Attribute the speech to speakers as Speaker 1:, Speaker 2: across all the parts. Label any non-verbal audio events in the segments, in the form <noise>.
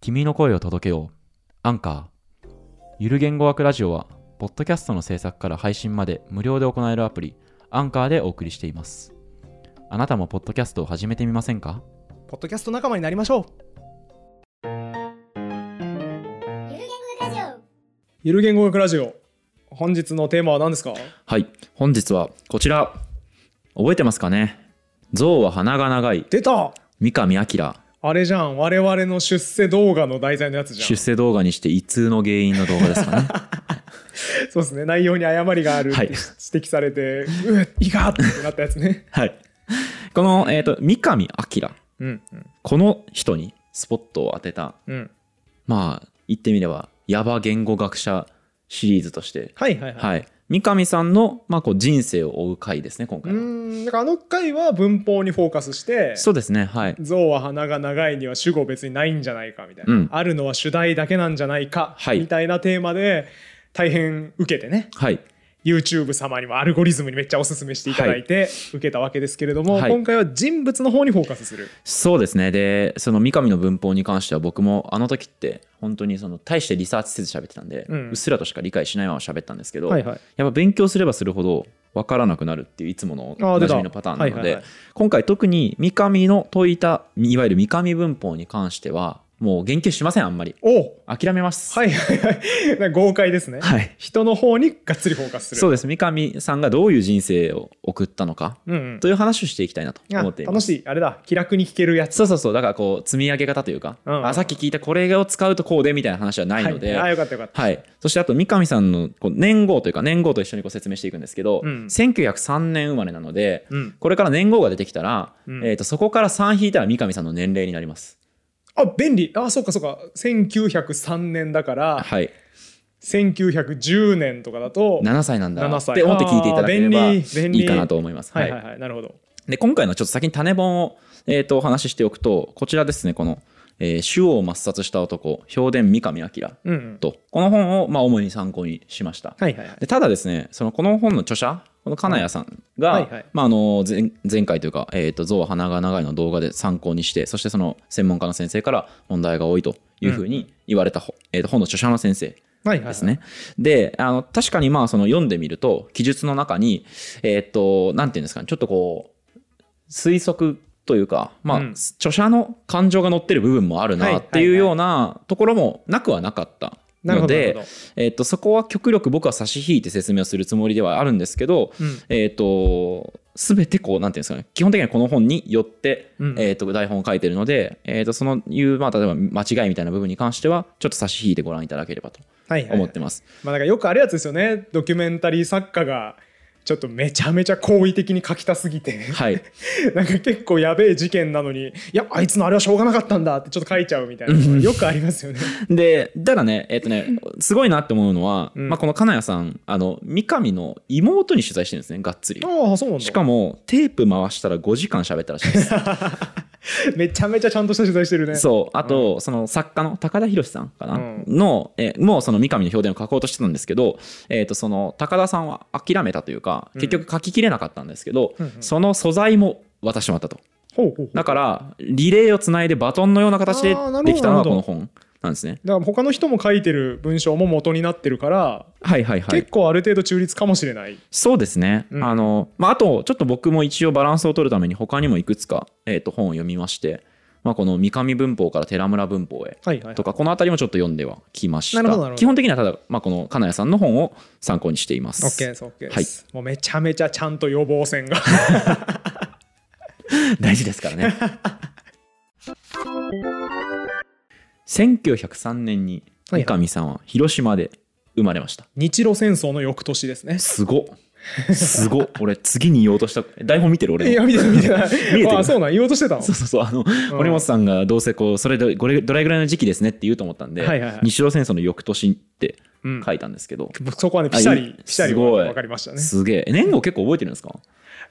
Speaker 1: 君の声を届けよう。アンカー。ゆる言語学ラジオは、ポッドキャストの制作から配信まで無料で行えるアプリ、アンカーでお送りしています。あなたもポッドキャストを始めてみませんか
Speaker 2: ポッドキャスト仲間になりましょうゆる言語学ラジオ本日のテーマは何ですか
Speaker 1: はい、本日はこちら。覚えてますかね象は鼻が長い、
Speaker 2: 出た
Speaker 1: 三上明。
Speaker 2: あれじゃん我々の出世動画の題材のやつじゃん
Speaker 1: 出世動画にして胃痛の原因の動画です
Speaker 2: <laughs>
Speaker 1: かね。
Speaker 2: そうですね内容に誤りがあるって
Speaker 1: はい
Speaker 2: 指摘されて、うっいがってなったやつね
Speaker 1: はい。この、えっ、と、三上明。
Speaker 2: うんうん
Speaker 1: この人にスポットを当てた、
Speaker 2: うん
Speaker 1: まあ、言ってみれば、ヤバ言語学者シリーズとして、
Speaker 2: はいはいはい、
Speaker 1: はい。三上さんの、まあ、こう、人生を追う回ですね、今
Speaker 2: う
Speaker 1: 回は。
Speaker 2: ーんだからあの回は文法にフォーカスして
Speaker 1: そうですね、はい。
Speaker 2: 象は鼻が長いには主語別にないんじゃないかみたいな、
Speaker 1: うん
Speaker 2: あるのは主題だけなんじゃないか、
Speaker 1: はい
Speaker 2: みたいなテーマで大変受けてね
Speaker 1: はい。
Speaker 2: YouTube 様にもアルゴリズムにめっちゃおすすめしていただいて受けたわけですけれども、
Speaker 1: はい
Speaker 2: 今回は人物の方にフォーカスする、
Speaker 1: そうですね。で、その三上の文法に関しては僕もあの時って本当にその大してリサーチせず喋ってたんで、う
Speaker 2: うん
Speaker 1: っすらとしか理解しないまま喋ったんですけど、
Speaker 2: はい、
Speaker 1: やっぱ勉強すればするほど分からなくなるっていういつもの
Speaker 2: あ
Speaker 1: お
Speaker 2: ー出
Speaker 1: な
Speaker 2: た
Speaker 1: じみのパターンなので、
Speaker 2: はいはいはい
Speaker 1: 今回特に三上の解いたいわゆる三上文法に関してはもう言及しませんあんまり
Speaker 2: おう
Speaker 1: 諦めます
Speaker 2: はいはいはい <laughs> 豪快ですね、
Speaker 1: はい
Speaker 2: 人の方にがっつりフォーカスする
Speaker 1: そうです三上さんがどういう人生を送ったのか
Speaker 2: うんうん
Speaker 1: という話をしていきたいなと
Speaker 2: あ
Speaker 1: 思っていま
Speaker 2: 楽
Speaker 1: す
Speaker 2: しいあれだ気楽に聞けるやつ
Speaker 1: そうそうそうだからこう積み上げ方というか、
Speaker 2: うんうん
Speaker 1: あさっき聞いたこれを使うとこうでみたいな話はないので、
Speaker 2: は、
Speaker 1: はい
Speaker 2: あ
Speaker 1: い
Speaker 2: よかったよかった
Speaker 1: そしてあと三上さんのこう年号というか年号と一緒にこう説明していくんですけど、
Speaker 2: うん
Speaker 1: 1903年生まれなので、
Speaker 2: うん
Speaker 1: これから年号が出てきたら、
Speaker 2: うん
Speaker 1: えー、とそこから3引いたら三上さんの年齢になります。
Speaker 2: あ便利あそうかそうか1903年だから
Speaker 1: はい、
Speaker 2: 1910年とかだと
Speaker 1: 7歳なんだ
Speaker 2: 7
Speaker 1: っ
Speaker 2: 歳
Speaker 1: て思って聞いていただけれ
Speaker 2: あ
Speaker 1: ば
Speaker 2: ー
Speaker 1: い
Speaker 2: 便利便利
Speaker 1: いかなと思います。
Speaker 2: は
Speaker 1: はいい
Speaker 2: はいはいなるほど
Speaker 1: で今回のちょっと先に種本を、えー、とお話ししておくとこちらですねこの、えー主を抹殺した男評伝三上明」
Speaker 2: うんうん
Speaker 1: とこの本を、まあ、主に参考にしました。
Speaker 2: はいはいはい
Speaker 1: でただですねそのこの本の著者この金谷さんが、
Speaker 2: はいはい
Speaker 1: まあ、あの前前回というか「えー、と象は鼻が長い」の動画で参考にしてそしてその専門家の先生から問題が多いというふうに言われた本,、えーと本の著者の先生
Speaker 2: はいはい
Speaker 1: ですね。であの確かにまあその読んでみると記述の中にえーっ、となんていうんですかねちょっとこう推測というか、まあ
Speaker 2: うん
Speaker 1: 著者の感情が載ってる部分もある
Speaker 2: はい
Speaker 1: な
Speaker 2: はい
Speaker 1: っていうようなところもなくはなかった
Speaker 2: なる
Speaker 1: の
Speaker 2: ほどな
Speaker 1: で、
Speaker 2: るほど
Speaker 1: えーっ、とそこは極力僕は差し引いて説明をするつもりではあるんですけど、
Speaker 2: うん
Speaker 1: えーっ、と全てこうなんていうんですかね基本的にはこの本によって、
Speaker 2: うん
Speaker 1: えーっと台本を書いてるので、えーっとそのいう、まあ、例えば間違いみたいな部分に関してはちょっと差し引いてご覧いただければと
Speaker 2: はいはい
Speaker 1: 思
Speaker 2: は
Speaker 1: っ
Speaker 2: い
Speaker 1: てます。
Speaker 2: まあ、なんかよくあるやつですよねドキュメンタリー作家がちょっとめちゃめちゃ好意的に書きたすぎ <laughs> て
Speaker 1: はい、
Speaker 2: なんか結構やべえ事件なのにいやあいつのあれはしょうがなかったんだってちょっと書いちゃうみたいなのがよくありますよね。
Speaker 1: でただねえっ、とねすごいなって思うのは、
Speaker 2: うん
Speaker 1: まあ、この金谷さんあの三上の妹に取材してるんですねがっつり
Speaker 2: <laughs> ああそうなんだ
Speaker 1: しかもテープ回したら5時間喋ったらしい
Speaker 2: <laughs>
Speaker 1: です
Speaker 2: めちゃめちゃちゃんとした取材してるね。
Speaker 1: そうあと、その作家の高田博さんかな、
Speaker 2: うん
Speaker 1: の、えもうその三上の評伝を書こうとしてたんですけど、えっとその高田さんは諦めたというか
Speaker 2: うん
Speaker 1: 結局書ききれなかったんですけど、
Speaker 2: うんうん
Speaker 1: その素材も渡してもらったと
Speaker 2: ほうほうほう
Speaker 1: だからリレーをつないでバトンのような形で
Speaker 2: あーなるほど
Speaker 1: できたのがこ
Speaker 2: な
Speaker 1: の
Speaker 2: る
Speaker 1: 本なんですね
Speaker 2: だから他の人も書いてる文章も元になってるから、
Speaker 1: はいはいはい
Speaker 2: 結構ある程度中立かもしれない。
Speaker 1: そうですね、
Speaker 2: うん
Speaker 1: あの、まあ、あとちょっと僕も一応バランスを取るために他にもいくつか、えー、と本を読みまして、まあ、この三上文法から寺村文法へ
Speaker 2: はいはい
Speaker 1: とかこの辺りもちょっと読んではきました
Speaker 2: なるほどなるほど
Speaker 1: 基本的にはただ、まあ、この金谷さんの本を参考にしていま
Speaker 2: オッケー
Speaker 1: す
Speaker 2: ですオッケーです、もうめちゃめちゃちゃんと予防線が <laughs>
Speaker 1: <laughs> 大事ですからね1903年に三上さんは広島で生まれました、
Speaker 2: 日露戦争の翌年ですね。
Speaker 1: すごっすごっ俺次に言おうとした台本見てる俺の
Speaker 2: <laughs> いや見てない見てない
Speaker 1: <laughs> 見えてる
Speaker 2: あそうなん言おうとしてたの
Speaker 1: <laughs> そうそうそうあの、堀本さんがどうせこうそれでこれどれぐらいの時期ですねって言うと思ったんで、
Speaker 2: はいはいはい
Speaker 1: 日露戦争の翌年って
Speaker 2: うん
Speaker 1: 書いたんですけど、
Speaker 2: 僕そこは <laughs> ねピシャリ
Speaker 1: あ
Speaker 2: ピシャリ
Speaker 1: すごい
Speaker 2: 分かりましたね
Speaker 1: すげえ年号結構覚えてるんですか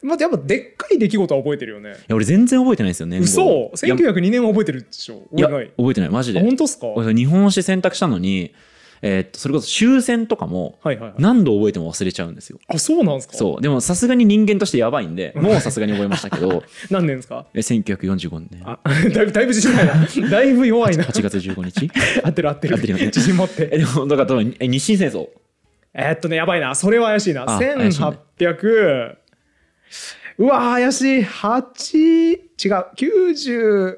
Speaker 1: い
Speaker 2: まあやっぱでっかい出来事は覚えてるよね
Speaker 1: や俺全然覚えてないんですよ年号
Speaker 2: 嘘
Speaker 1: いやい
Speaker 2: 1902年は覚えてるでしょ覚え
Speaker 1: や
Speaker 2: てない
Speaker 1: 覚えてないマジ
Speaker 2: あ
Speaker 1: で
Speaker 2: 本当っすか
Speaker 1: 俺日本史選択したのにえーっと、それこそ終戦とかも、
Speaker 2: はいはいはい。
Speaker 1: 何度覚えても忘れちゃうんですよ。
Speaker 2: あ、そうなんですか
Speaker 1: そう。でもさすがに人間としてやばいんで、もうさすがに覚えましたけ
Speaker 2: <laughs>
Speaker 1: ど、
Speaker 2: 何年ですか
Speaker 1: え1945年
Speaker 2: あ <laughs> だいぶだいぶ自信な
Speaker 1: <laughs>
Speaker 2: いな。だいぶ弱いな。
Speaker 1: 8月15日。 <laughs>
Speaker 2: 合ってる合ってる。
Speaker 1: 合ってるよね
Speaker 2: 自信持って。
Speaker 1: え、でも、だから多分、え日清戦争。
Speaker 2: えーっとね、やばいな。それは怪しいな。
Speaker 1: あ怪しいね
Speaker 2: 1800。うわー、怪しい。8、違う。90。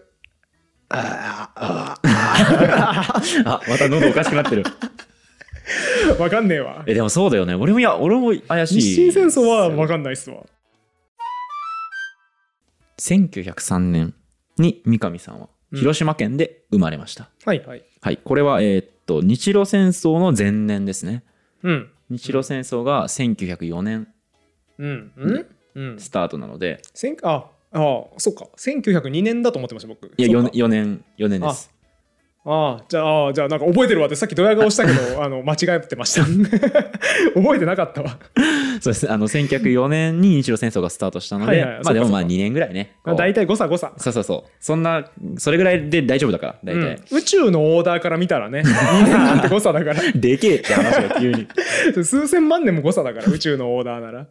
Speaker 2: あーあ
Speaker 1: あ、また喉おかしくなってる。
Speaker 2: ーわかんねえわ。
Speaker 1: え、でもそうだよね。俺も、いや、俺も怪しい。
Speaker 2: 日清戦争はわかんないっすわ。
Speaker 1: 1903年に三上さんは
Speaker 2: うん
Speaker 1: 広島県で生まれました、
Speaker 2: はいはい。
Speaker 1: はいこれはえーっと日露戦争の前年ですね
Speaker 2: うん。
Speaker 1: 日露戦争が1904年
Speaker 2: うん。うんうん。
Speaker 1: スタートなので、
Speaker 2: せんああ、そっか。1902年だと思ってました、僕。
Speaker 1: いや
Speaker 2: そ
Speaker 1: 4,
Speaker 2: っか
Speaker 1: 4年4年です
Speaker 2: ああ、じゃあ、ああじゃあ、なんか覚えてるわって、さっきドヤ顔した
Speaker 1: <laughs>
Speaker 2: けど、あの、間違えてました。 <laughs> 覚えてなかったわ。
Speaker 1: そうですあの1904年に日露戦争がスタートしたので、
Speaker 2: はいはい
Speaker 1: まあでもまあ
Speaker 2: そっかそっか
Speaker 1: 2年ぐらいねこう
Speaker 2: 大体誤差誤差。
Speaker 1: そうそうそうそんなそれぐらいで大丈夫だから大
Speaker 2: う
Speaker 1: 体
Speaker 2: ん、宇宙のオーダーから見たらね、2年
Speaker 1: <laughs>
Speaker 2: なんて誤差だから。
Speaker 1: でけえって話が急に
Speaker 2: 数千万年も誤差だから、宇宙のオーダーなら。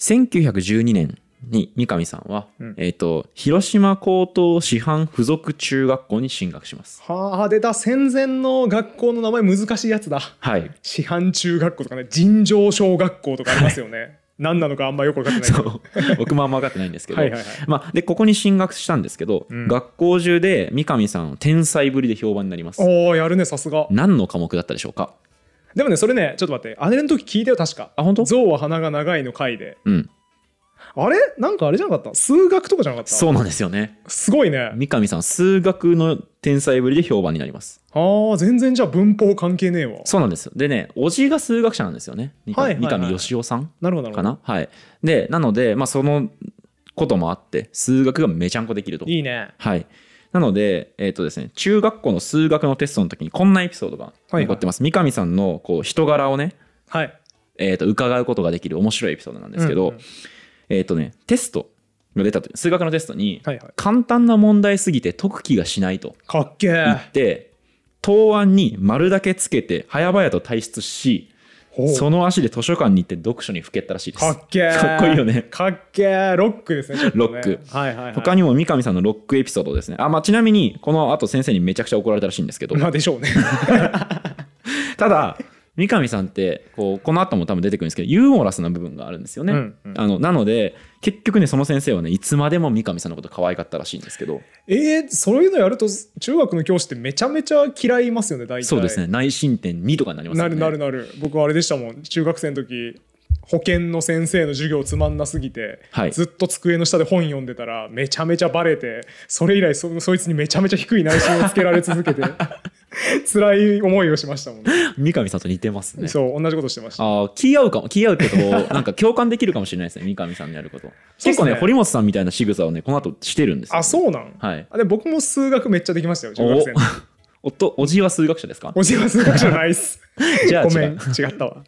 Speaker 1: 1912年に三上さんは、
Speaker 2: うん
Speaker 1: えーっと広島高等師範附属中学校に進学します
Speaker 2: はあ、出た戦前の学校の名前難しいやつだ。
Speaker 1: はい
Speaker 2: 師範中学校とかね、尋常小学校とかありますよね。何なのかあんまよく分かってないけ
Speaker 1: そ
Speaker 2: ど。
Speaker 1: う <laughs> 僕もあんま分かってないんですけど
Speaker 2: はいはいはい。
Speaker 1: まあ、でここに進学したんですけど、
Speaker 2: うん
Speaker 1: 学校中で三上さん天才ぶりで評判になります
Speaker 2: おお、やるね、さすが。
Speaker 1: 何の科目だったでしょうか
Speaker 2: でもね、それね、ちょっと待って、姉の時聞いたよ、確か。
Speaker 1: あ本当
Speaker 2: 象は鼻が長いの回で。
Speaker 1: うん
Speaker 2: あれなんかあれじゃなかった数学とかじゃなかった
Speaker 1: そうなんですよね
Speaker 2: すごいね。
Speaker 1: 三上さん数学の天才ぶりで評判になります
Speaker 2: ああ、全然じゃあ文法関係ねえわ。
Speaker 1: そうなんですよでねおじが数学者なんですよね三上,、
Speaker 2: はいはいはい
Speaker 1: 三上義雄さん
Speaker 2: なるほど、なる
Speaker 1: か
Speaker 2: ほど。
Speaker 1: なはいでなので、まあ、そのこともあって数学がめちゃんこできると
Speaker 2: いいね。
Speaker 1: はい。なので、えっ、とですね、中学校の数学のテストの時にこんなエピソードが
Speaker 2: はい
Speaker 1: 残ってます。三上さんのこう人柄をね、
Speaker 2: はい。
Speaker 1: えっ、と、伺うことができる面白いエピソードなんですけど、
Speaker 2: うんうん
Speaker 1: えっ、とね、テストが出たと数学のテストに、
Speaker 2: はいはい。
Speaker 1: 簡単な問題すぎて解く気がしないと
Speaker 2: かっけ
Speaker 1: 言
Speaker 2: え。
Speaker 1: って、答案に丸だけつけて、早々と退出し、
Speaker 2: ほう
Speaker 1: その足で図書館に行って読書にふけったらしいです。
Speaker 2: かっけえ。
Speaker 1: <laughs> かっこいいよね
Speaker 2: かっけえ。ロックですね。ちょっとね
Speaker 1: ロック
Speaker 2: はいはいはい。
Speaker 1: 他にも三上さんのロックエピソードですね。あ、まあ、ちなみに、この後先生にめちゃくちゃ怒られたらしいんですけど、
Speaker 2: まあでしょうね。
Speaker 1: <laughs>
Speaker 2: <laughs>
Speaker 1: ただ三上さんってこうこの後も多分出てくるんですけどユーモラスな部分があるんですよね、
Speaker 2: うんうん
Speaker 1: あのなので結局ねその先生はねいつまでも三上さんのこと可愛かったらしいんですけど
Speaker 2: えー、そういうのやると中学の教師ってめちゃめちゃ嫌いますよね、大体。
Speaker 1: そうですね内申点2とかになります
Speaker 2: な
Speaker 1: よね
Speaker 2: るなるなる僕はあれでしたもん中学生の時保健の先生の授業つまんなすぎて、
Speaker 1: はい
Speaker 2: ずっと机の下で本読んでたらめちゃめちゃバレてそれ以来そそいつにめちゃめちゃ低い内心をつけられ続
Speaker 1: <laughs>
Speaker 2: けて辛い思いをしましたもんね
Speaker 1: 三上さんと似てますね
Speaker 2: そう同じことしてました
Speaker 1: あー気合うかも気合うってことを
Speaker 2: <laughs>
Speaker 1: なんか共感できるかもしれないですね三上さんのやること
Speaker 2: そうっ
Speaker 1: 結
Speaker 2: すね
Speaker 1: 構ね堀本さんみたいな仕草をねこの後してるんですよ、
Speaker 2: あそうなん、
Speaker 1: はい
Speaker 2: あで僕も数学めっちゃできましたよ中学生の
Speaker 1: おおとおじは数学者ですか
Speaker 2: おじは数学じゃないっす
Speaker 1: じゃあ
Speaker 2: ごめ
Speaker 1: 違
Speaker 2: ん違
Speaker 1: う
Speaker 2: ったわ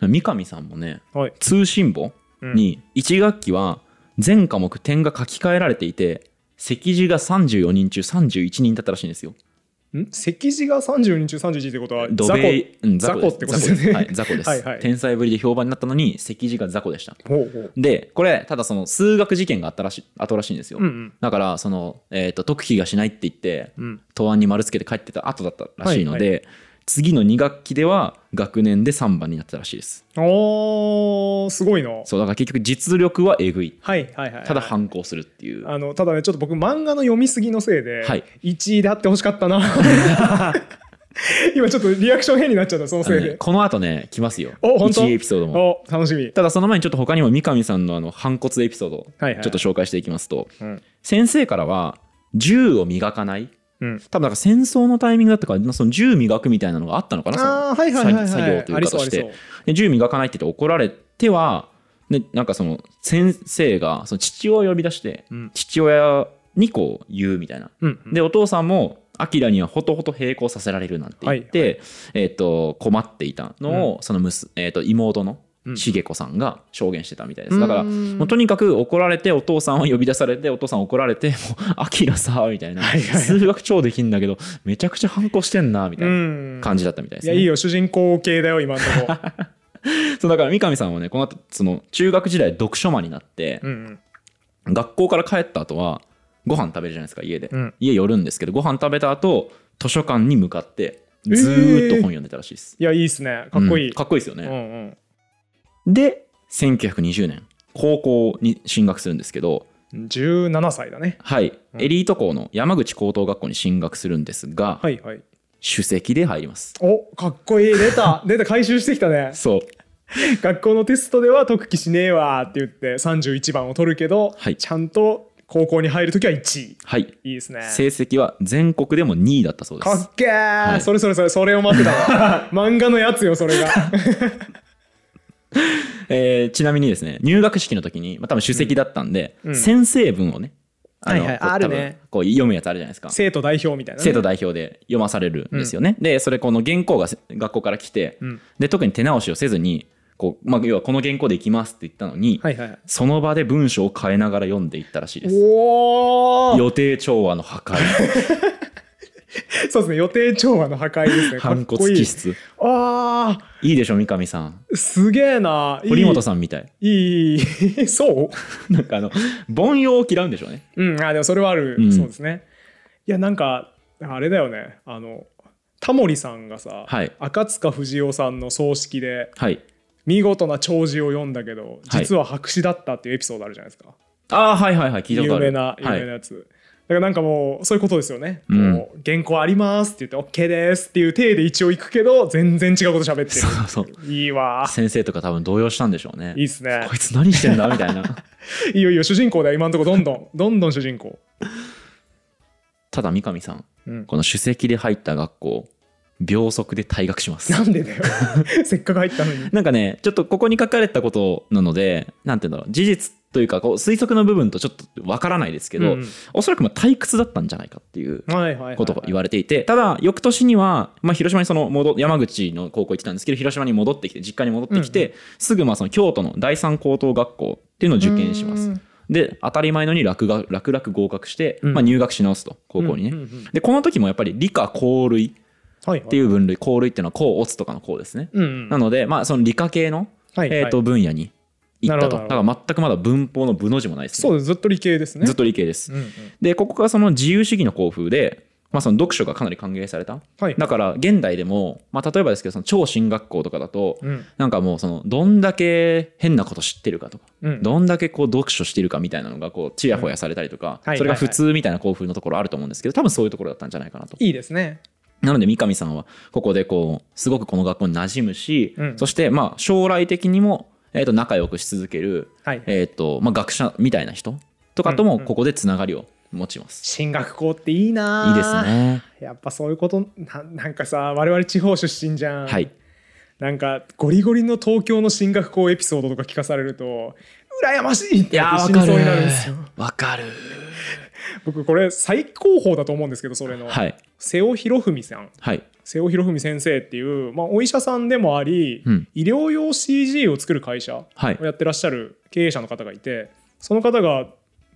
Speaker 1: 三上さんもね
Speaker 2: はい
Speaker 1: 通信簿に1学期は全科目点が書き換えられていて席次が34人中31人だったらしいんですよ。
Speaker 2: ん席次が32人中31ってことは
Speaker 1: ド
Speaker 2: 雑魚
Speaker 1: ベイうん
Speaker 2: 雑魚ってことですよね <laughs>
Speaker 1: はい、雑魚です。
Speaker 2: はいはい
Speaker 1: 天才ぶりで評判になったのに席次が雑魚でした。
Speaker 2: ほうほう
Speaker 1: でこれただその数学事件があったらし後らしいんですよ。
Speaker 2: うんうん
Speaker 1: だからその、えー、と解く気がしないって言って
Speaker 2: うん
Speaker 1: 答案に丸つけて帰ってた後だったらしいので、
Speaker 2: は
Speaker 1: 次の2学期では学年で3番になってたらしいです。
Speaker 2: おーすごいな
Speaker 1: そうだから結局実力はえぐい
Speaker 2: はいはいはい
Speaker 1: ただ反抗するっていう。
Speaker 2: あのただねちょっと僕漫画の読みすぎのせいで、
Speaker 1: はい
Speaker 2: 1位であってほしかったな <laughs> 今ちょっとリアクション変になっちゃったその
Speaker 1: あの
Speaker 2: せい
Speaker 1: ね <laughs>
Speaker 2: で、
Speaker 1: この後ね来ますよ
Speaker 2: お本当
Speaker 1: 1エピソードも
Speaker 2: お楽しみ
Speaker 1: ただその前にちょっと他にも三上さんのあの反骨エピソードを
Speaker 2: はいはい
Speaker 1: ちょっと紹介していきますと、
Speaker 2: うん
Speaker 1: 先生からは銃を磨かない
Speaker 2: うん
Speaker 1: 多分なんか戦争のタイミングだったからその銃磨くみたいなのがあったのかなその
Speaker 2: あーはいはいはいはい
Speaker 1: 作業という
Speaker 2: あり
Speaker 1: か
Speaker 2: そう
Speaker 1: とし
Speaker 2: ありそう
Speaker 1: てで銃磨かないって言って怒られてはでなんかその先生がその父親を呼び出して、
Speaker 2: うん
Speaker 1: 父親にこう言うみたいな
Speaker 2: うん
Speaker 1: でお父さんもアキラにはほとほと並行させられるなんて言って、えっと困っていたのを、そのむす、えっと妹の
Speaker 2: うん
Speaker 1: 茂子さんが証言してたみたいですだから
Speaker 2: うーん
Speaker 1: もうとにかく怒られてお父さんは呼び出されてお父さん怒られてもう「アキラさ」みたいな
Speaker 2: はいはいはい
Speaker 1: 数学超できんだけどめちゃくちゃ反抗してんなみたいな
Speaker 2: うん
Speaker 1: 感じだったみたいで
Speaker 2: い
Speaker 1: す
Speaker 2: や
Speaker 1: ね
Speaker 2: いいよ主人公系だよ今んと
Speaker 1: <laughs>
Speaker 2: こ
Speaker 1: そうだから三上さんはねこの後その中学時代読書魔になって
Speaker 2: うんうん
Speaker 1: 学校から帰った後はご飯食べるじゃないですか家で
Speaker 2: うん
Speaker 1: 家寄るんですけどご飯食べた後図書館に向かってずーっと本読んでたらしいです
Speaker 2: いやいいっすねかっこいい、
Speaker 1: うんかっこいいですよ
Speaker 2: うん、
Speaker 1: ね
Speaker 2: うん
Speaker 1: で1920年高校に進学するんですけど
Speaker 2: 17歳だね
Speaker 1: はい
Speaker 2: うん
Speaker 1: エリート校の山口高等学校に進学するんですが
Speaker 2: はいはい
Speaker 1: 首席で入ります
Speaker 2: おかっこいい出
Speaker 1: <laughs>
Speaker 2: た出た回収してきたね
Speaker 1: そう
Speaker 2: 学校のテストでは特記しねえわって言って31番を取るけど、
Speaker 1: はい
Speaker 2: ちゃんと高校に入るときは1位
Speaker 1: はい
Speaker 2: いいですね
Speaker 1: 成績は全国でも2位だったそうで
Speaker 2: か
Speaker 1: す
Speaker 2: っけー、
Speaker 1: はい
Speaker 2: それそれそれそれを待ってた
Speaker 1: <laughs>
Speaker 2: わ漫画のやつよそれが
Speaker 1: えーちなみにですね入学式の時に、まあ、多分首席だったんで、
Speaker 2: うんうん
Speaker 1: 先生文をねの
Speaker 2: はいはい
Speaker 1: こう
Speaker 2: あ
Speaker 1: 多
Speaker 2: るね
Speaker 1: 分こう読むやつあるじゃないですか
Speaker 2: 生徒代表みたいなね、
Speaker 1: 生徒代表で読まされるんですよね、でそれこの原稿がせ学校から来て、
Speaker 2: うん
Speaker 1: で特に手直しをせずにこう、まあ、要はこの原稿でいきますって言ったのに、
Speaker 2: はいはいはい
Speaker 1: その場で文章を変えながら読んでいったらしいです
Speaker 2: おお
Speaker 1: 予定調和の破
Speaker 2: <laughs>
Speaker 1: 壊
Speaker 2: そうですね予定調和の破壊ですねか
Speaker 1: 反骨
Speaker 2: っこい
Speaker 1: 気
Speaker 2: い
Speaker 1: 質
Speaker 2: あ
Speaker 1: いいでしょ三上さん
Speaker 2: ーすげえな
Speaker 1: 堀本
Speaker 2: ん
Speaker 1: さんみたい
Speaker 2: いいいいそう
Speaker 1: なんかあの凡庸を嫌うんでしょうね
Speaker 2: うん、あでもそれはある、
Speaker 1: うん
Speaker 2: そうですねいやなんかあれだよねあのタモリさんがさ、
Speaker 1: はい
Speaker 2: 赤塚不二夫さんの葬式で
Speaker 1: はい
Speaker 2: 見事な弔辞を読んだけど
Speaker 1: はい
Speaker 2: 実は白紙だったっていうエピソードあるじゃないですか、
Speaker 1: ああはいはいはい聞いたこと
Speaker 2: 有
Speaker 1: ある
Speaker 2: 名な有名な
Speaker 1: はい、
Speaker 2: やつ、だからなんかもうそういうことですよね、
Speaker 1: うん
Speaker 2: もう原稿ありますって言って OK ですっていう体で一応行くけど全然違うこと喋って
Speaker 1: そうそうそう
Speaker 2: るいいわ
Speaker 1: 先生とか多分動揺したんでしょうね
Speaker 2: いいっすね
Speaker 1: こいつ何してんだみたいな
Speaker 2: いいよいいよ主人公だよ今のとこどんどんどんどん主
Speaker 1: <laughs>
Speaker 2: 人公
Speaker 1: ただ三上さん
Speaker 2: うん
Speaker 1: この首席で入った学校秒速で退学します
Speaker 2: なんでだよせっかく入ったのに
Speaker 1: <laughs> なんかねちょっとここに書かれたことなのでなんて言うんだろう事実というかこう推測の部分とちょっとわからないですけど、
Speaker 2: うんうん
Speaker 1: おそらくまあ退屈だったんじゃないかっていう
Speaker 2: はいはいはい、はい、
Speaker 1: ことが言われていてただ翌年には、まあ、広島にその戻山口の高校行ってたんですけど広島に戻ってきて実家に戻ってきて、すぐまあその京都の第三高等学校っていうのを受験します
Speaker 2: うん
Speaker 1: で当たり前のように楽が楽々合格して、
Speaker 2: うん
Speaker 1: まあ、入学し直すと高校にね、
Speaker 2: うんうんうん
Speaker 1: でこの時もやっぱり理科甲類
Speaker 2: はい
Speaker 1: って
Speaker 2: う。
Speaker 1: いう分類甲類っていうのは甲乙とかの甲ですね、
Speaker 2: うんうん。
Speaker 1: なのでまあその理科系の、
Speaker 2: はいはい
Speaker 1: えー、と分野に行ったと
Speaker 2: なるほどなるほ
Speaker 1: だから全
Speaker 2: ど
Speaker 1: くまだ文法の部の字もないですね
Speaker 2: そうですずっと理系ですね。
Speaker 1: ずっと理系です、
Speaker 2: うんうん。
Speaker 1: でここがその自由主義の校風で、まあ、その読書がかなり歓迎された
Speaker 2: はい。
Speaker 1: だから現代でも、まあ、例えばですけどその超進学校とかだと、
Speaker 2: うん
Speaker 1: なんかもうそのどんだけ変なこと知ってるかとか、
Speaker 2: うん
Speaker 1: どんだけこう読書してるかみたいなのがこうちやほやされたりとか、
Speaker 2: うんはい
Speaker 1: それが普通みたいな校風のところあると思うんですけど多分そういうところだったんじゃないかなと
Speaker 2: いいですね。
Speaker 1: なので三上さんはここでこうすごくこの学校に馴染むし、
Speaker 2: うん
Speaker 1: そしてまあ将来的にも、えー、と仲良くし続ける、
Speaker 2: はい。
Speaker 1: えーとまあ、学者みたいな人とかと
Speaker 2: う
Speaker 1: も
Speaker 2: んうん
Speaker 1: ここでつながりを持ちます。
Speaker 2: 進学校っていいない
Speaker 1: いです。ね。
Speaker 2: やっぱそういうことななんかさ我々地方出身じゃん。
Speaker 1: はい。
Speaker 2: なんかゴリゴリの東京の進学校エピソードとか聞かされると羨ましいってなって死にそうになるんですよ。
Speaker 1: わかる。
Speaker 2: 僕これ最高峰だと思うんですけどそれの、
Speaker 1: はい。
Speaker 2: 瀬尾博文さん
Speaker 1: はい。
Speaker 2: 瀬尾博文先生っていう、まあ、お医者さんでもあり、
Speaker 1: うん
Speaker 2: 医療用 CG を作る会社
Speaker 1: はい
Speaker 2: を。やってらっしゃる経営者の方がいてその方が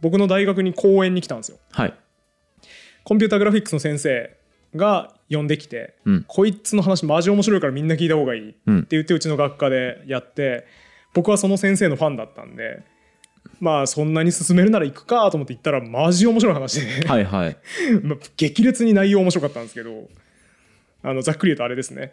Speaker 2: 僕の大学に講演に来たんですよ
Speaker 1: はい。
Speaker 2: コンピュータグラフィックスの先生が呼んできて、
Speaker 1: うん
Speaker 2: こいつの話マジ面白いからみんな聞いた方がいいって
Speaker 1: うん。
Speaker 2: 言ってうちの学科でやって僕はその先生のファンだったんでまあそんなに進めるなら行くかと思って行ったらマジ面白い話で、 <laughs>
Speaker 1: はいはい。
Speaker 2: まあ激烈に内容面白かったんですけどあのざっくり言うとあれですね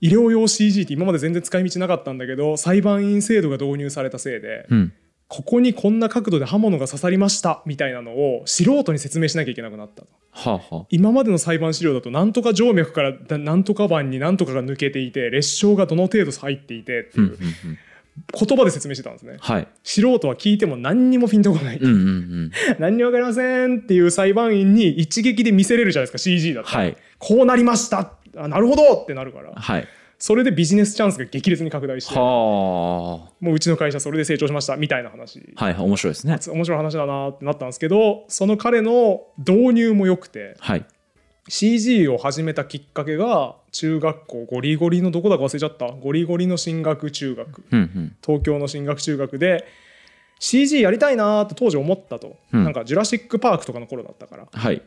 Speaker 2: 医療用 CG って今まで全然使い道なかったんだけど裁判員制度が導入されたせいで、
Speaker 1: うん。
Speaker 2: ここにこんな角度で刃物が刺さりましたみたいなのを素人に説明しなきゃいけなくなったと
Speaker 1: はあ、は
Speaker 2: 今までの裁判資料だとなんとか静脈からだなんとか板になんとかが抜けていて裂傷がどの程度入っていてって
Speaker 1: あ。うん
Speaker 2: い
Speaker 1: うんう。
Speaker 2: うん言葉で説明してたんですね
Speaker 1: はい。
Speaker 2: 素人は聞いても何にもピンとこない
Speaker 1: うんうんうん。
Speaker 2: 何にもわかりませんっていう裁判員に一撃で見せれるじゃないですか CG だと
Speaker 1: はい。
Speaker 2: こうなりましたあなるほどってなるから
Speaker 1: はい。
Speaker 2: それでビジネスチャンスが激烈に拡大して
Speaker 1: は
Speaker 2: もううちの会社それで成長しましたみたいな話
Speaker 1: あ。はい。面白いですね。
Speaker 2: 面白い話だなってなったんですけどその彼の導入も良くて
Speaker 1: はい。
Speaker 2: CG を始めたきっかけが中学校ゴリゴリのどこだか忘れちゃったゴリゴリの進学中学
Speaker 1: うんうん
Speaker 2: 東京の進学中学で CG やりたいなーって当時思ったと、
Speaker 1: うん
Speaker 2: なんか「ジュラシック・パーク」とかの頃だったから
Speaker 1: はい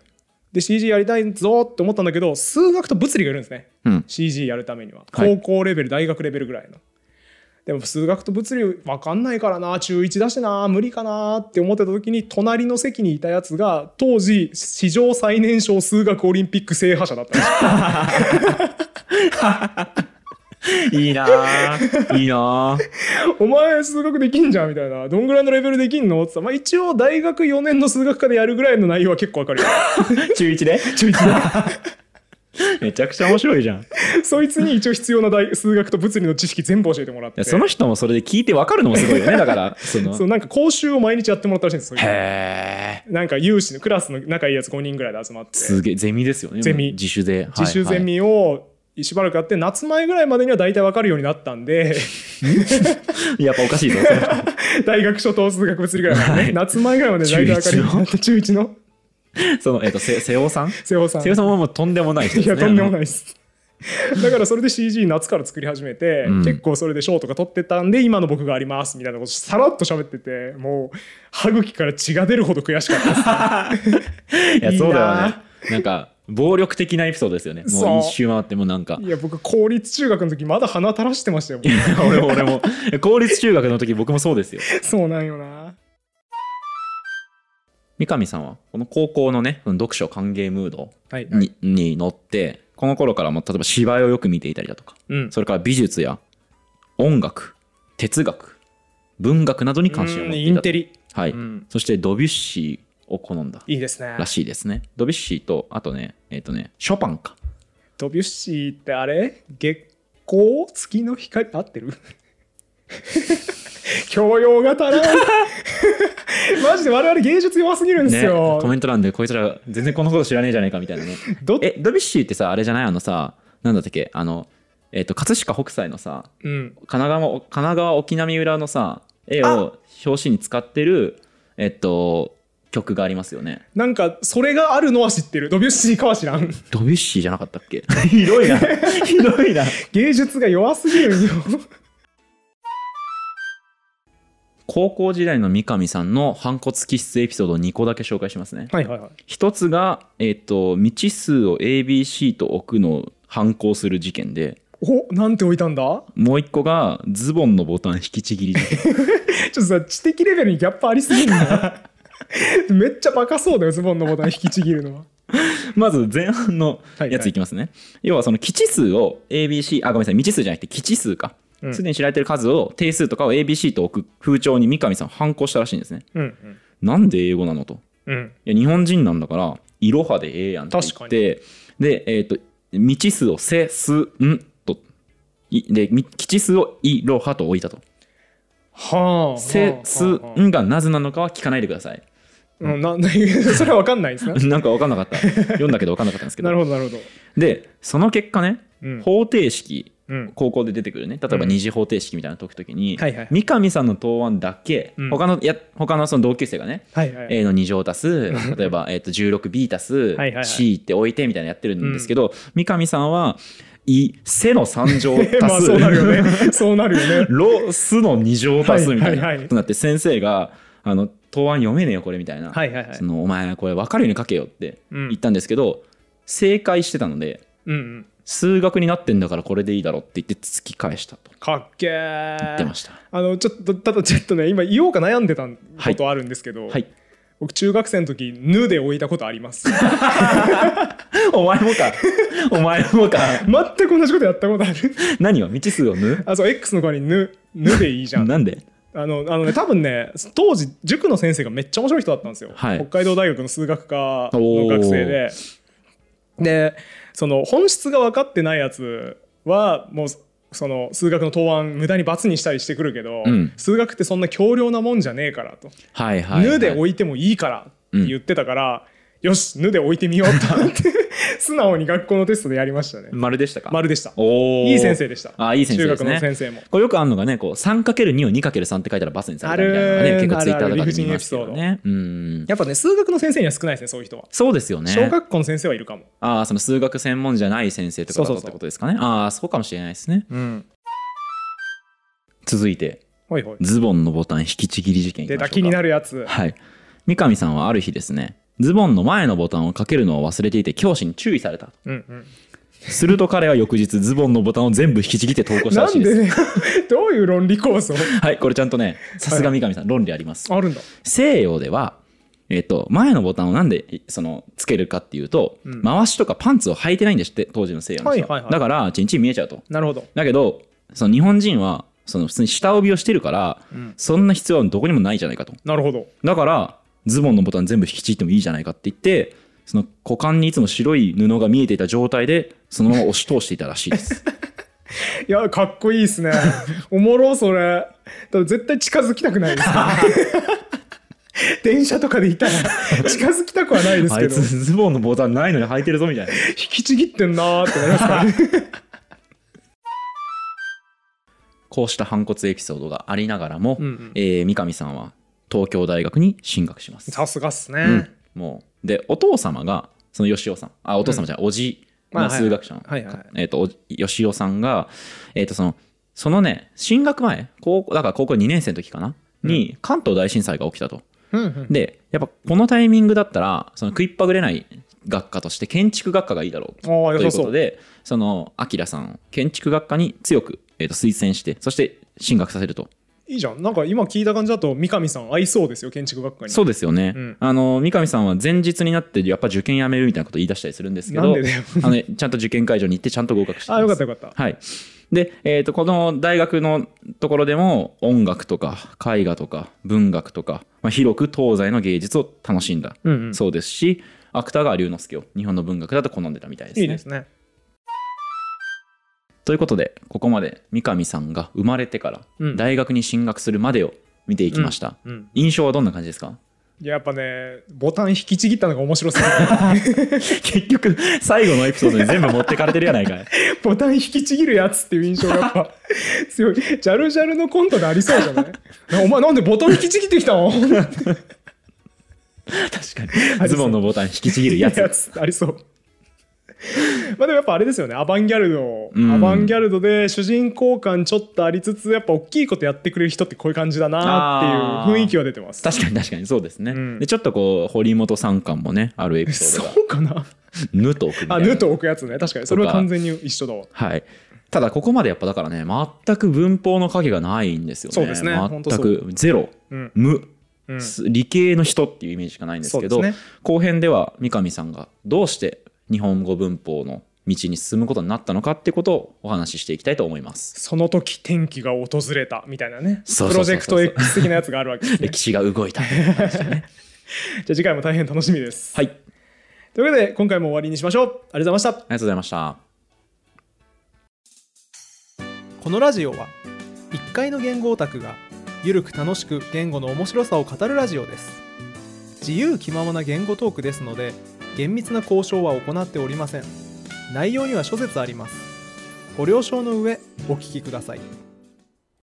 Speaker 2: で CG やりたいぞーって思ったんだけど数学と物理がいるんですね
Speaker 1: うん
Speaker 2: CG やるためには
Speaker 1: はい
Speaker 2: 高校レベル、大学レベルぐらいのでも数学と物理分かんないからな中1だしな無理かなって思ってた時に隣の席にいたやつが当時史上最年少数学オリンピック制覇者だったんですよ
Speaker 1: いいなぁ <laughs> いいなぁ
Speaker 2: <laughs> お前数学できんじゃんみたいなどんぐらいのレベルできんのって言ったら、まあ、一応大学4年の数学科でやるぐらいの内容は結構わ
Speaker 1: <laughs>
Speaker 2: かるよ
Speaker 1: 中1で中1で <laughs> めちゃくちゃ面白いじゃんい
Speaker 2: そいつに一応必要な大数学と物理の知識全部教えてもらって
Speaker 1: やその人もそれで聞いて分かるのもすごいよねだからその
Speaker 2: そうなんか講習を毎日やってもらったらしいんですよそういう
Speaker 1: へえ
Speaker 2: なんか有志のクラスの仲いいやつ5人ぐらいで集まって
Speaker 1: すげえゼミですよね
Speaker 2: ゼミ
Speaker 1: 自主で
Speaker 2: 自主ゼミをしばらくやって夏前ぐらいまでには大体わかるようになった
Speaker 1: <laughs>
Speaker 2: んで
Speaker 1: はいはいやっぱおかしいぞ <laughs> それ
Speaker 2: 大学初等数学物理ぐらいまでね、
Speaker 1: はい
Speaker 2: 夏前ぐらいまで大体わかるようになった中1の
Speaker 1: そのえっとせ瀬尾さん
Speaker 2: 瀬尾さん
Speaker 1: 瀬尾さんはもうとんでもない人で
Speaker 2: い
Speaker 1: すね
Speaker 2: やとんでもな
Speaker 1: い
Speaker 2: いですだからそれで CG 夏から作り始めて、
Speaker 1: うん
Speaker 2: 結構それで賞とか取ってたんで今の僕がありますみたいなことさらっと喋っててもう歯茎から血が出るほど悔しかっ
Speaker 1: <laughs>
Speaker 2: たです
Speaker 1: いや
Speaker 2: いいなぁ
Speaker 1: そうだよねなんか暴力的なエピソードですよね
Speaker 2: そ
Speaker 1: も
Speaker 2: う
Speaker 1: う一周回ってもうなんか
Speaker 2: いや僕公立中学の時まだ鼻垂らしてましたよもう
Speaker 1: 俺も俺も公立中学の時僕もそうですよ
Speaker 2: そうなんよな
Speaker 1: 三上さんはこの高校のねその読書歓迎ムード
Speaker 2: はい
Speaker 1: に,、に乗ってこの頃からも例えば芝居をよく見ていたりだとか
Speaker 2: うん
Speaker 1: それから美術や音楽哲学文学などに関心を持ってい
Speaker 2: イ
Speaker 1: た
Speaker 2: ン
Speaker 1: と
Speaker 2: テリ、
Speaker 1: はい
Speaker 2: うん
Speaker 1: そしてドビュッシーを好んだ
Speaker 2: いいですね
Speaker 1: らしいですねドビュッシーとあとねえっ、とねショパンか
Speaker 2: ドビュッシーってあれ月光月の光合ってる <laughs> 教養が足らん <laughs> マジで我々芸術弱すぎるんです
Speaker 1: ね
Speaker 2: よ、
Speaker 1: コメント欄でこいつら全然このこと知らねえじゃねえかみたいな
Speaker 2: <laughs>
Speaker 1: ね
Speaker 2: ど
Speaker 1: えドビュッシーってさあれじゃないあのさなんだったっけあのえっ、と葛飾北斎のさ
Speaker 2: うん
Speaker 1: 神奈川神奈川沖浪裏のさ絵を表紙に使ってるえっと曲がありますよね
Speaker 2: なんかそれがあるのは知ってるドビュッシーかは知らん
Speaker 1: ドビュッシーじゃなかったっけひどい
Speaker 2: <laughs>
Speaker 1: なひどいな
Speaker 2: 芸術が弱すぎるんよ
Speaker 1: <laughs> 高校時代の三上さんの反骨気質エピソードを2個だけ紹介しますね
Speaker 2: はいはいはい
Speaker 1: 一つが、えっと未知数を ABC と置くのを反抗する事件で
Speaker 2: おなんて置いたんだ
Speaker 1: もう一個がズボンのボタン引きちぎり事件
Speaker 2: ちょっとさ知的レベルにギャップありすぎるな <laughs> めっちゃバカそうだよズボンのボタン引きちぎるのは
Speaker 1: まず前半の
Speaker 2: はい
Speaker 1: やついきますね、要はその基地数を ABC あごめんなさい未知数じゃなくて基地数か
Speaker 2: うん
Speaker 1: すで、に知られてる数を定数とかを ABC と置く風潮に三上さん反抗したらしいんですね
Speaker 2: うんうん
Speaker 1: なんで英語なのと
Speaker 2: うん
Speaker 1: いや日本人なんだからいろはでええやんって言ってでえっ、と未知数をせすんといでみ基地数をいろはと置いたと
Speaker 2: はあ
Speaker 1: せすんがなぜなのかは聞かないでください <laughs>
Speaker 2: うん、なな <laughs> それは分かんないですね
Speaker 1: なんか分かんなかった読んだけど分かんなかったんですけど
Speaker 2: なるほどなるほど、
Speaker 1: でその結果ね
Speaker 2: うん
Speaker 1: 方程式
Speaker 2: うん、
Speaker 1: 高校で出てくるね例えば
Speaker 2: うん
Speaker 1: 二次方程式みたいなの解くときに、
Speaker 2: はいはい
Speaker 1: 三上さんの答案だけ、
Speaker 2: うん
Speaker 1: 他のいや他のその同級生がね、
Speaker 2: はいはい、
Speaker 1: A の2乗を足
Speaker 2: <laughs>
Speaker 1: す例えば、えっと 16B 足す
Speaker 2: はいはいはい
Speaker 1: C って置いてみたいなのやってるんですけど、三上さんは「い」「せ」の3乗を足
Speaker 2: <laughs> まあ
Speaker 1: す
Speaker 2: そうなるよね <laughs> そうなるよね
Speaker 1: <laughs> ロスの2乗足すみたい
Speaker 2: はいはいは
Speaker 1: ないとなって先生があの答案読めねえよこれみたいな、
Speaker 2: はいはいはい
Speaker 1: そのお前これ分かるように書けよって
Speaker 2: うん
Speaker 1: 言ったんですけど、正解してたので
Speaker 2: うんうん
Speaker 1: 数学になってんだからこれでいいだろって言って突き返したと
Speaker 2: かっけ
Speaker 1: 言
Speaker 2: ー
Speaker 1: ってました。
Speaker 2: あのちょっとただちょっとね今言おうか悩んでたことあるんですけど、
Speaker 1: はい、
Speaker 2: 僕中学生の時「ぬ」で置いたことあります <laughs>
Speaker 1: お前も <laughs> かお前もか
Speaker 2: 全く同じことやったことある
Speaker 1: 何を未知数をぬ
Speaker 2: あそう X の代わりに「ぬ」「ぬ」でいいじゃん
Speaker 1: なんで
Speaker 2: あのあのね多分ね当時塾の先生がめっちゃ面白い人だったんですよ、
Speaker 1: はい
Speaker 2: 北海道大学の数学科の学生ででその本質が分かってないやつはもうその数学の答案無駄に罰にしたりしてくるけど、
Speaker 1: うん
Speaker 2: 数学ってそんな強量なもんじゃねえからと「
Speaker 1: はいはい、はい、
Speaker 2: ぬ」で置いてもいいからって言ってたから、よし「ぬ」で置いてみようと思って <laughs> 素直に学校のテストでやりましたね
Speaker 1: 丸でしたか。
Speaker 2: 丸でした
Speaker 1: おお。
Speaker 2: いい先生でした
Speaker 1: あ、いい先生です
Speaker 2: 中学の
Speaker 1: ね。
Speaker 2: 先生も
Speaker 1: これよくあるのがね、こう 3×2 を 2×3 って書いたらバスにされたみたいなのがね、
Speaker 2: ある
Speaker 1: 結構ツイッターとか
Speaker 2: あるある理不
Speaker 1: で
Speaker 2: 尽
Speaker 1: 見ますよね。うん。
Speaker 2: やっぱね数学の先生には少ないですねそういう人は、
Speaker 1: そうですよね。
Speaker 2: 小学校の先生はいるかも、
Speaker 1: ああ、その数学専門じゃない先生とかだ
Speaker 2: そう
Speaker 1: とっ
Speaker 2: そうそう
Speaker 1: てことですかね。ああ、そうかもしれないですね。
Speaker 2: うん、
Speaker 1: 続いて、
Speaker 2: ほいほい
Speaker 1: ズボンのボタン引きちぎり事件いき
Speaker 2: 出
Speaker 1: ましょうか
Speaker 2: た気になる
Speaker 1: <laughs>
Speaker 2: やつ
Speaker 1: はい。三上さんはある日ですね、ズボンの前のボタンをかけるのを忘れていて教師に注意された。
Speaker 2: うんうん
Speaker 1: すると彼は翌日ズボンのボタンを全部引きちぎって投稿した
Speaker 2: な
Speaker 1: らしい
Speaker 2: ん
Speaker 1: です。
Speaker 2: で <laughs> どういう論理構想
Speaker 1: はい、これちゃんとね、さすが三上さん、論理あります。
Speaker 2: あるんだ
Speaker 1: 西洋では、えっと、前のボタンをなんでいそのつけるかっていうと、
Speaker 2: うん
Speaker 1: 回しとかパンツを履いてないんですって当時の西洋の人は、
Speaker 2: はいはいはい
Speaker 1: だからチンチン見えちゃうと
Speaker 2: なるほど、
Speaker 1: だけどその日本人はその普通に下帯をしてるから
Speaker 2: うん、
Speaker 1: そんな必要はどこにもないじゃないかと
Speaker 2: なるほど
Speaker 1: だからズボンのボタン全部引きちぎってもいいじゃないかって言ってその股間にいつも白い布が見えていた状態でそのまま押し通していたらしいです
Speaker 2: いやかっこいい
Speaker 1: <laughs>
Speaker 2: っすねおもろそれただ絶対近づきたくな
Speaker 1: <laughs>
Speaker 2: いです、ね、電車とかでいたら近づきたくはない <laughs> です
Speaker 1: あ
Speaker 2: け
Speaker 1: い
Speaker 2: ど
Speaker 1: つ
Speaker 2: 引
Speaker 1: ズボンのボタンないのに履いてるぞみたいな
Speaker 2: きちぎってんなーって思いますから
Speaker 1: <laughs>
Speaker 2: ね
Speaker 1: こうした反骨エピソードがありながらも、
Speaker 2: うんうん
Speaker 1: えー三上さんは東京大学に進学します。
Speaker 2: さすがっすね、
Speaker 1: うんもうでお父様がその吉尾さんあお父様じゃない、おじ
Speaker 2: ま
Speaker 1: の
Speaker 2: あはい
Speaker 1: 数学者の、
Speaker 2: はいはい
Speaker 1: えー、とお吉尾さんが、えー、とそのそのね進学前高校だから高校2年生の時かなに関東大震災が起きたと。
Speaker 2: うんうん
Speaker 1: でやっぱこのタイミングだったらその食いっぱぐれない学科として建築学科がいいだろうと
Speaker 2: ああ
Speaker 1: と
Speaker 2: 良
Speaker 1: いう
Speaker 2: さ
Speaker 1: こ
Speaker 2: そ
Speaker 1: と
Speaker 2: う
Speaker 1: でその明さんを建築学科に強く、えー、と推薦してそして進学させると
Speaker 2: いいじゃんなんか今聞いた感じだと三上さん合いそうですよ建築学科に
Speaker 1: そうですよね、
Speaker 2: うん
Speaker 1: あの三上さんは前日になってやっぱ受験やめるみたいなこと言い出したりするんですけど
Speaker 2: なんでだよ
Speaker 1: <laughs> あのねちゃんと受験会場に行ってちゃんと合格してます
Speaker 2: あよかったよかった
Speaker 1: はいでえー、とこの大学のところでも音楽とか絵画とか文学とか、まあ、広く東西の芸術を楽しんだ、
Speaker 2: うんうん
Speaker 1: そうですし芥川龍之介を日本の文学だと好んでたみたいですね。
Speaker 2: いいですね
Speaker 1: ということでここまで三上さんが生まれてから
Speaker 2: うん
Speaker 1: 大学に進学するまでを見ていきました、
Speaker 2: うん
Speaker 1: 印象はどんな感じですか
Speaker 2: いややっぱねボタン引きちぎったのが面
Speaker 1: <laughs>
Speaker 2: 白そう
Speaker 1: 結局最後のエピソードに全部持ってかれてるやないかい
Speaker 2: ボタン引きちぎるやつっていう印象がやっぱ強いジャルジャルのコントでありそうじゃない <laughs> お前なんでボタン引きちぎってきた
Speaker 1: <laughs>
Speaker 2: の
Speaker 1: 確かにズボンのボタン引きちぎるやつ
Speaker 2: やつありそうまあでもやっぱあれですよねアバンギャルド、
Speaker 1: うん
Speaker 2: アバンギャルドで主人公感ちょっとありつつやっぱ大きいことやってくれる人ってこういう感じだなっていう雰囲気は出てます
Speaker 1: 確かに確かにそうですね、
Speaker 2: うん
Speaker 1: でちょっとこう堀本三冠もねあるエピソードが
Speaker 2: そうかな
Speaker 1: 「ぬ」と置くみた
Speaker 2: あ、
Speaker 1: いな
Speaker 2: ヌと置くやつね。確かに。それは完全に一緒だわ。
Speaker 1: はいただここまでやっぱだからね全く文法の影がないんですよね
Speaker 2: そうですね
Speaker 1: 全
Speaker 2: 本当そ
Speaker 1: くゼロ
Speaker 2: うん。
Speaker 1: 無、
Speaker 2: うん。
Speaker 1: す理系の人っていうイメージしかないんですけど
Speaker 2: そうですね
Speaker 1: 後編では三上さんがどうして日本語文法の道に進むことになったのかってことをお話ししていきたいと思い
Speaker 2: <laughs>
Speaker 1: ます
Speaker 2: その時天気が訪れたみたいなね。
Speaker 1: そう
Speaker 2: プ
Speaker 1: そうそ
Speaker 2: ロジ
Speaker 1: う
Speaker 2: ェ
Speaker 1: そう
Speaker 2: クト X 的なやつがあるわけですね。 <laughs>
Speaker 1: 歴史が動いた
Speaker 2: じゃあ次回も大変楽しみです。
Speaker 1: はいありが
Speaker 2: というわけで今回も終わりにしましょう。ありがとうございました。
Speaker 1: とうございました
Speaker 2: このラジオは1階の言語オタクがゆるく楽しく言語の面白さを語るラジオです自由気ままな言語トークですので厳密な交渉は行っておりません内容には諸説ありますご了承の上お聞きください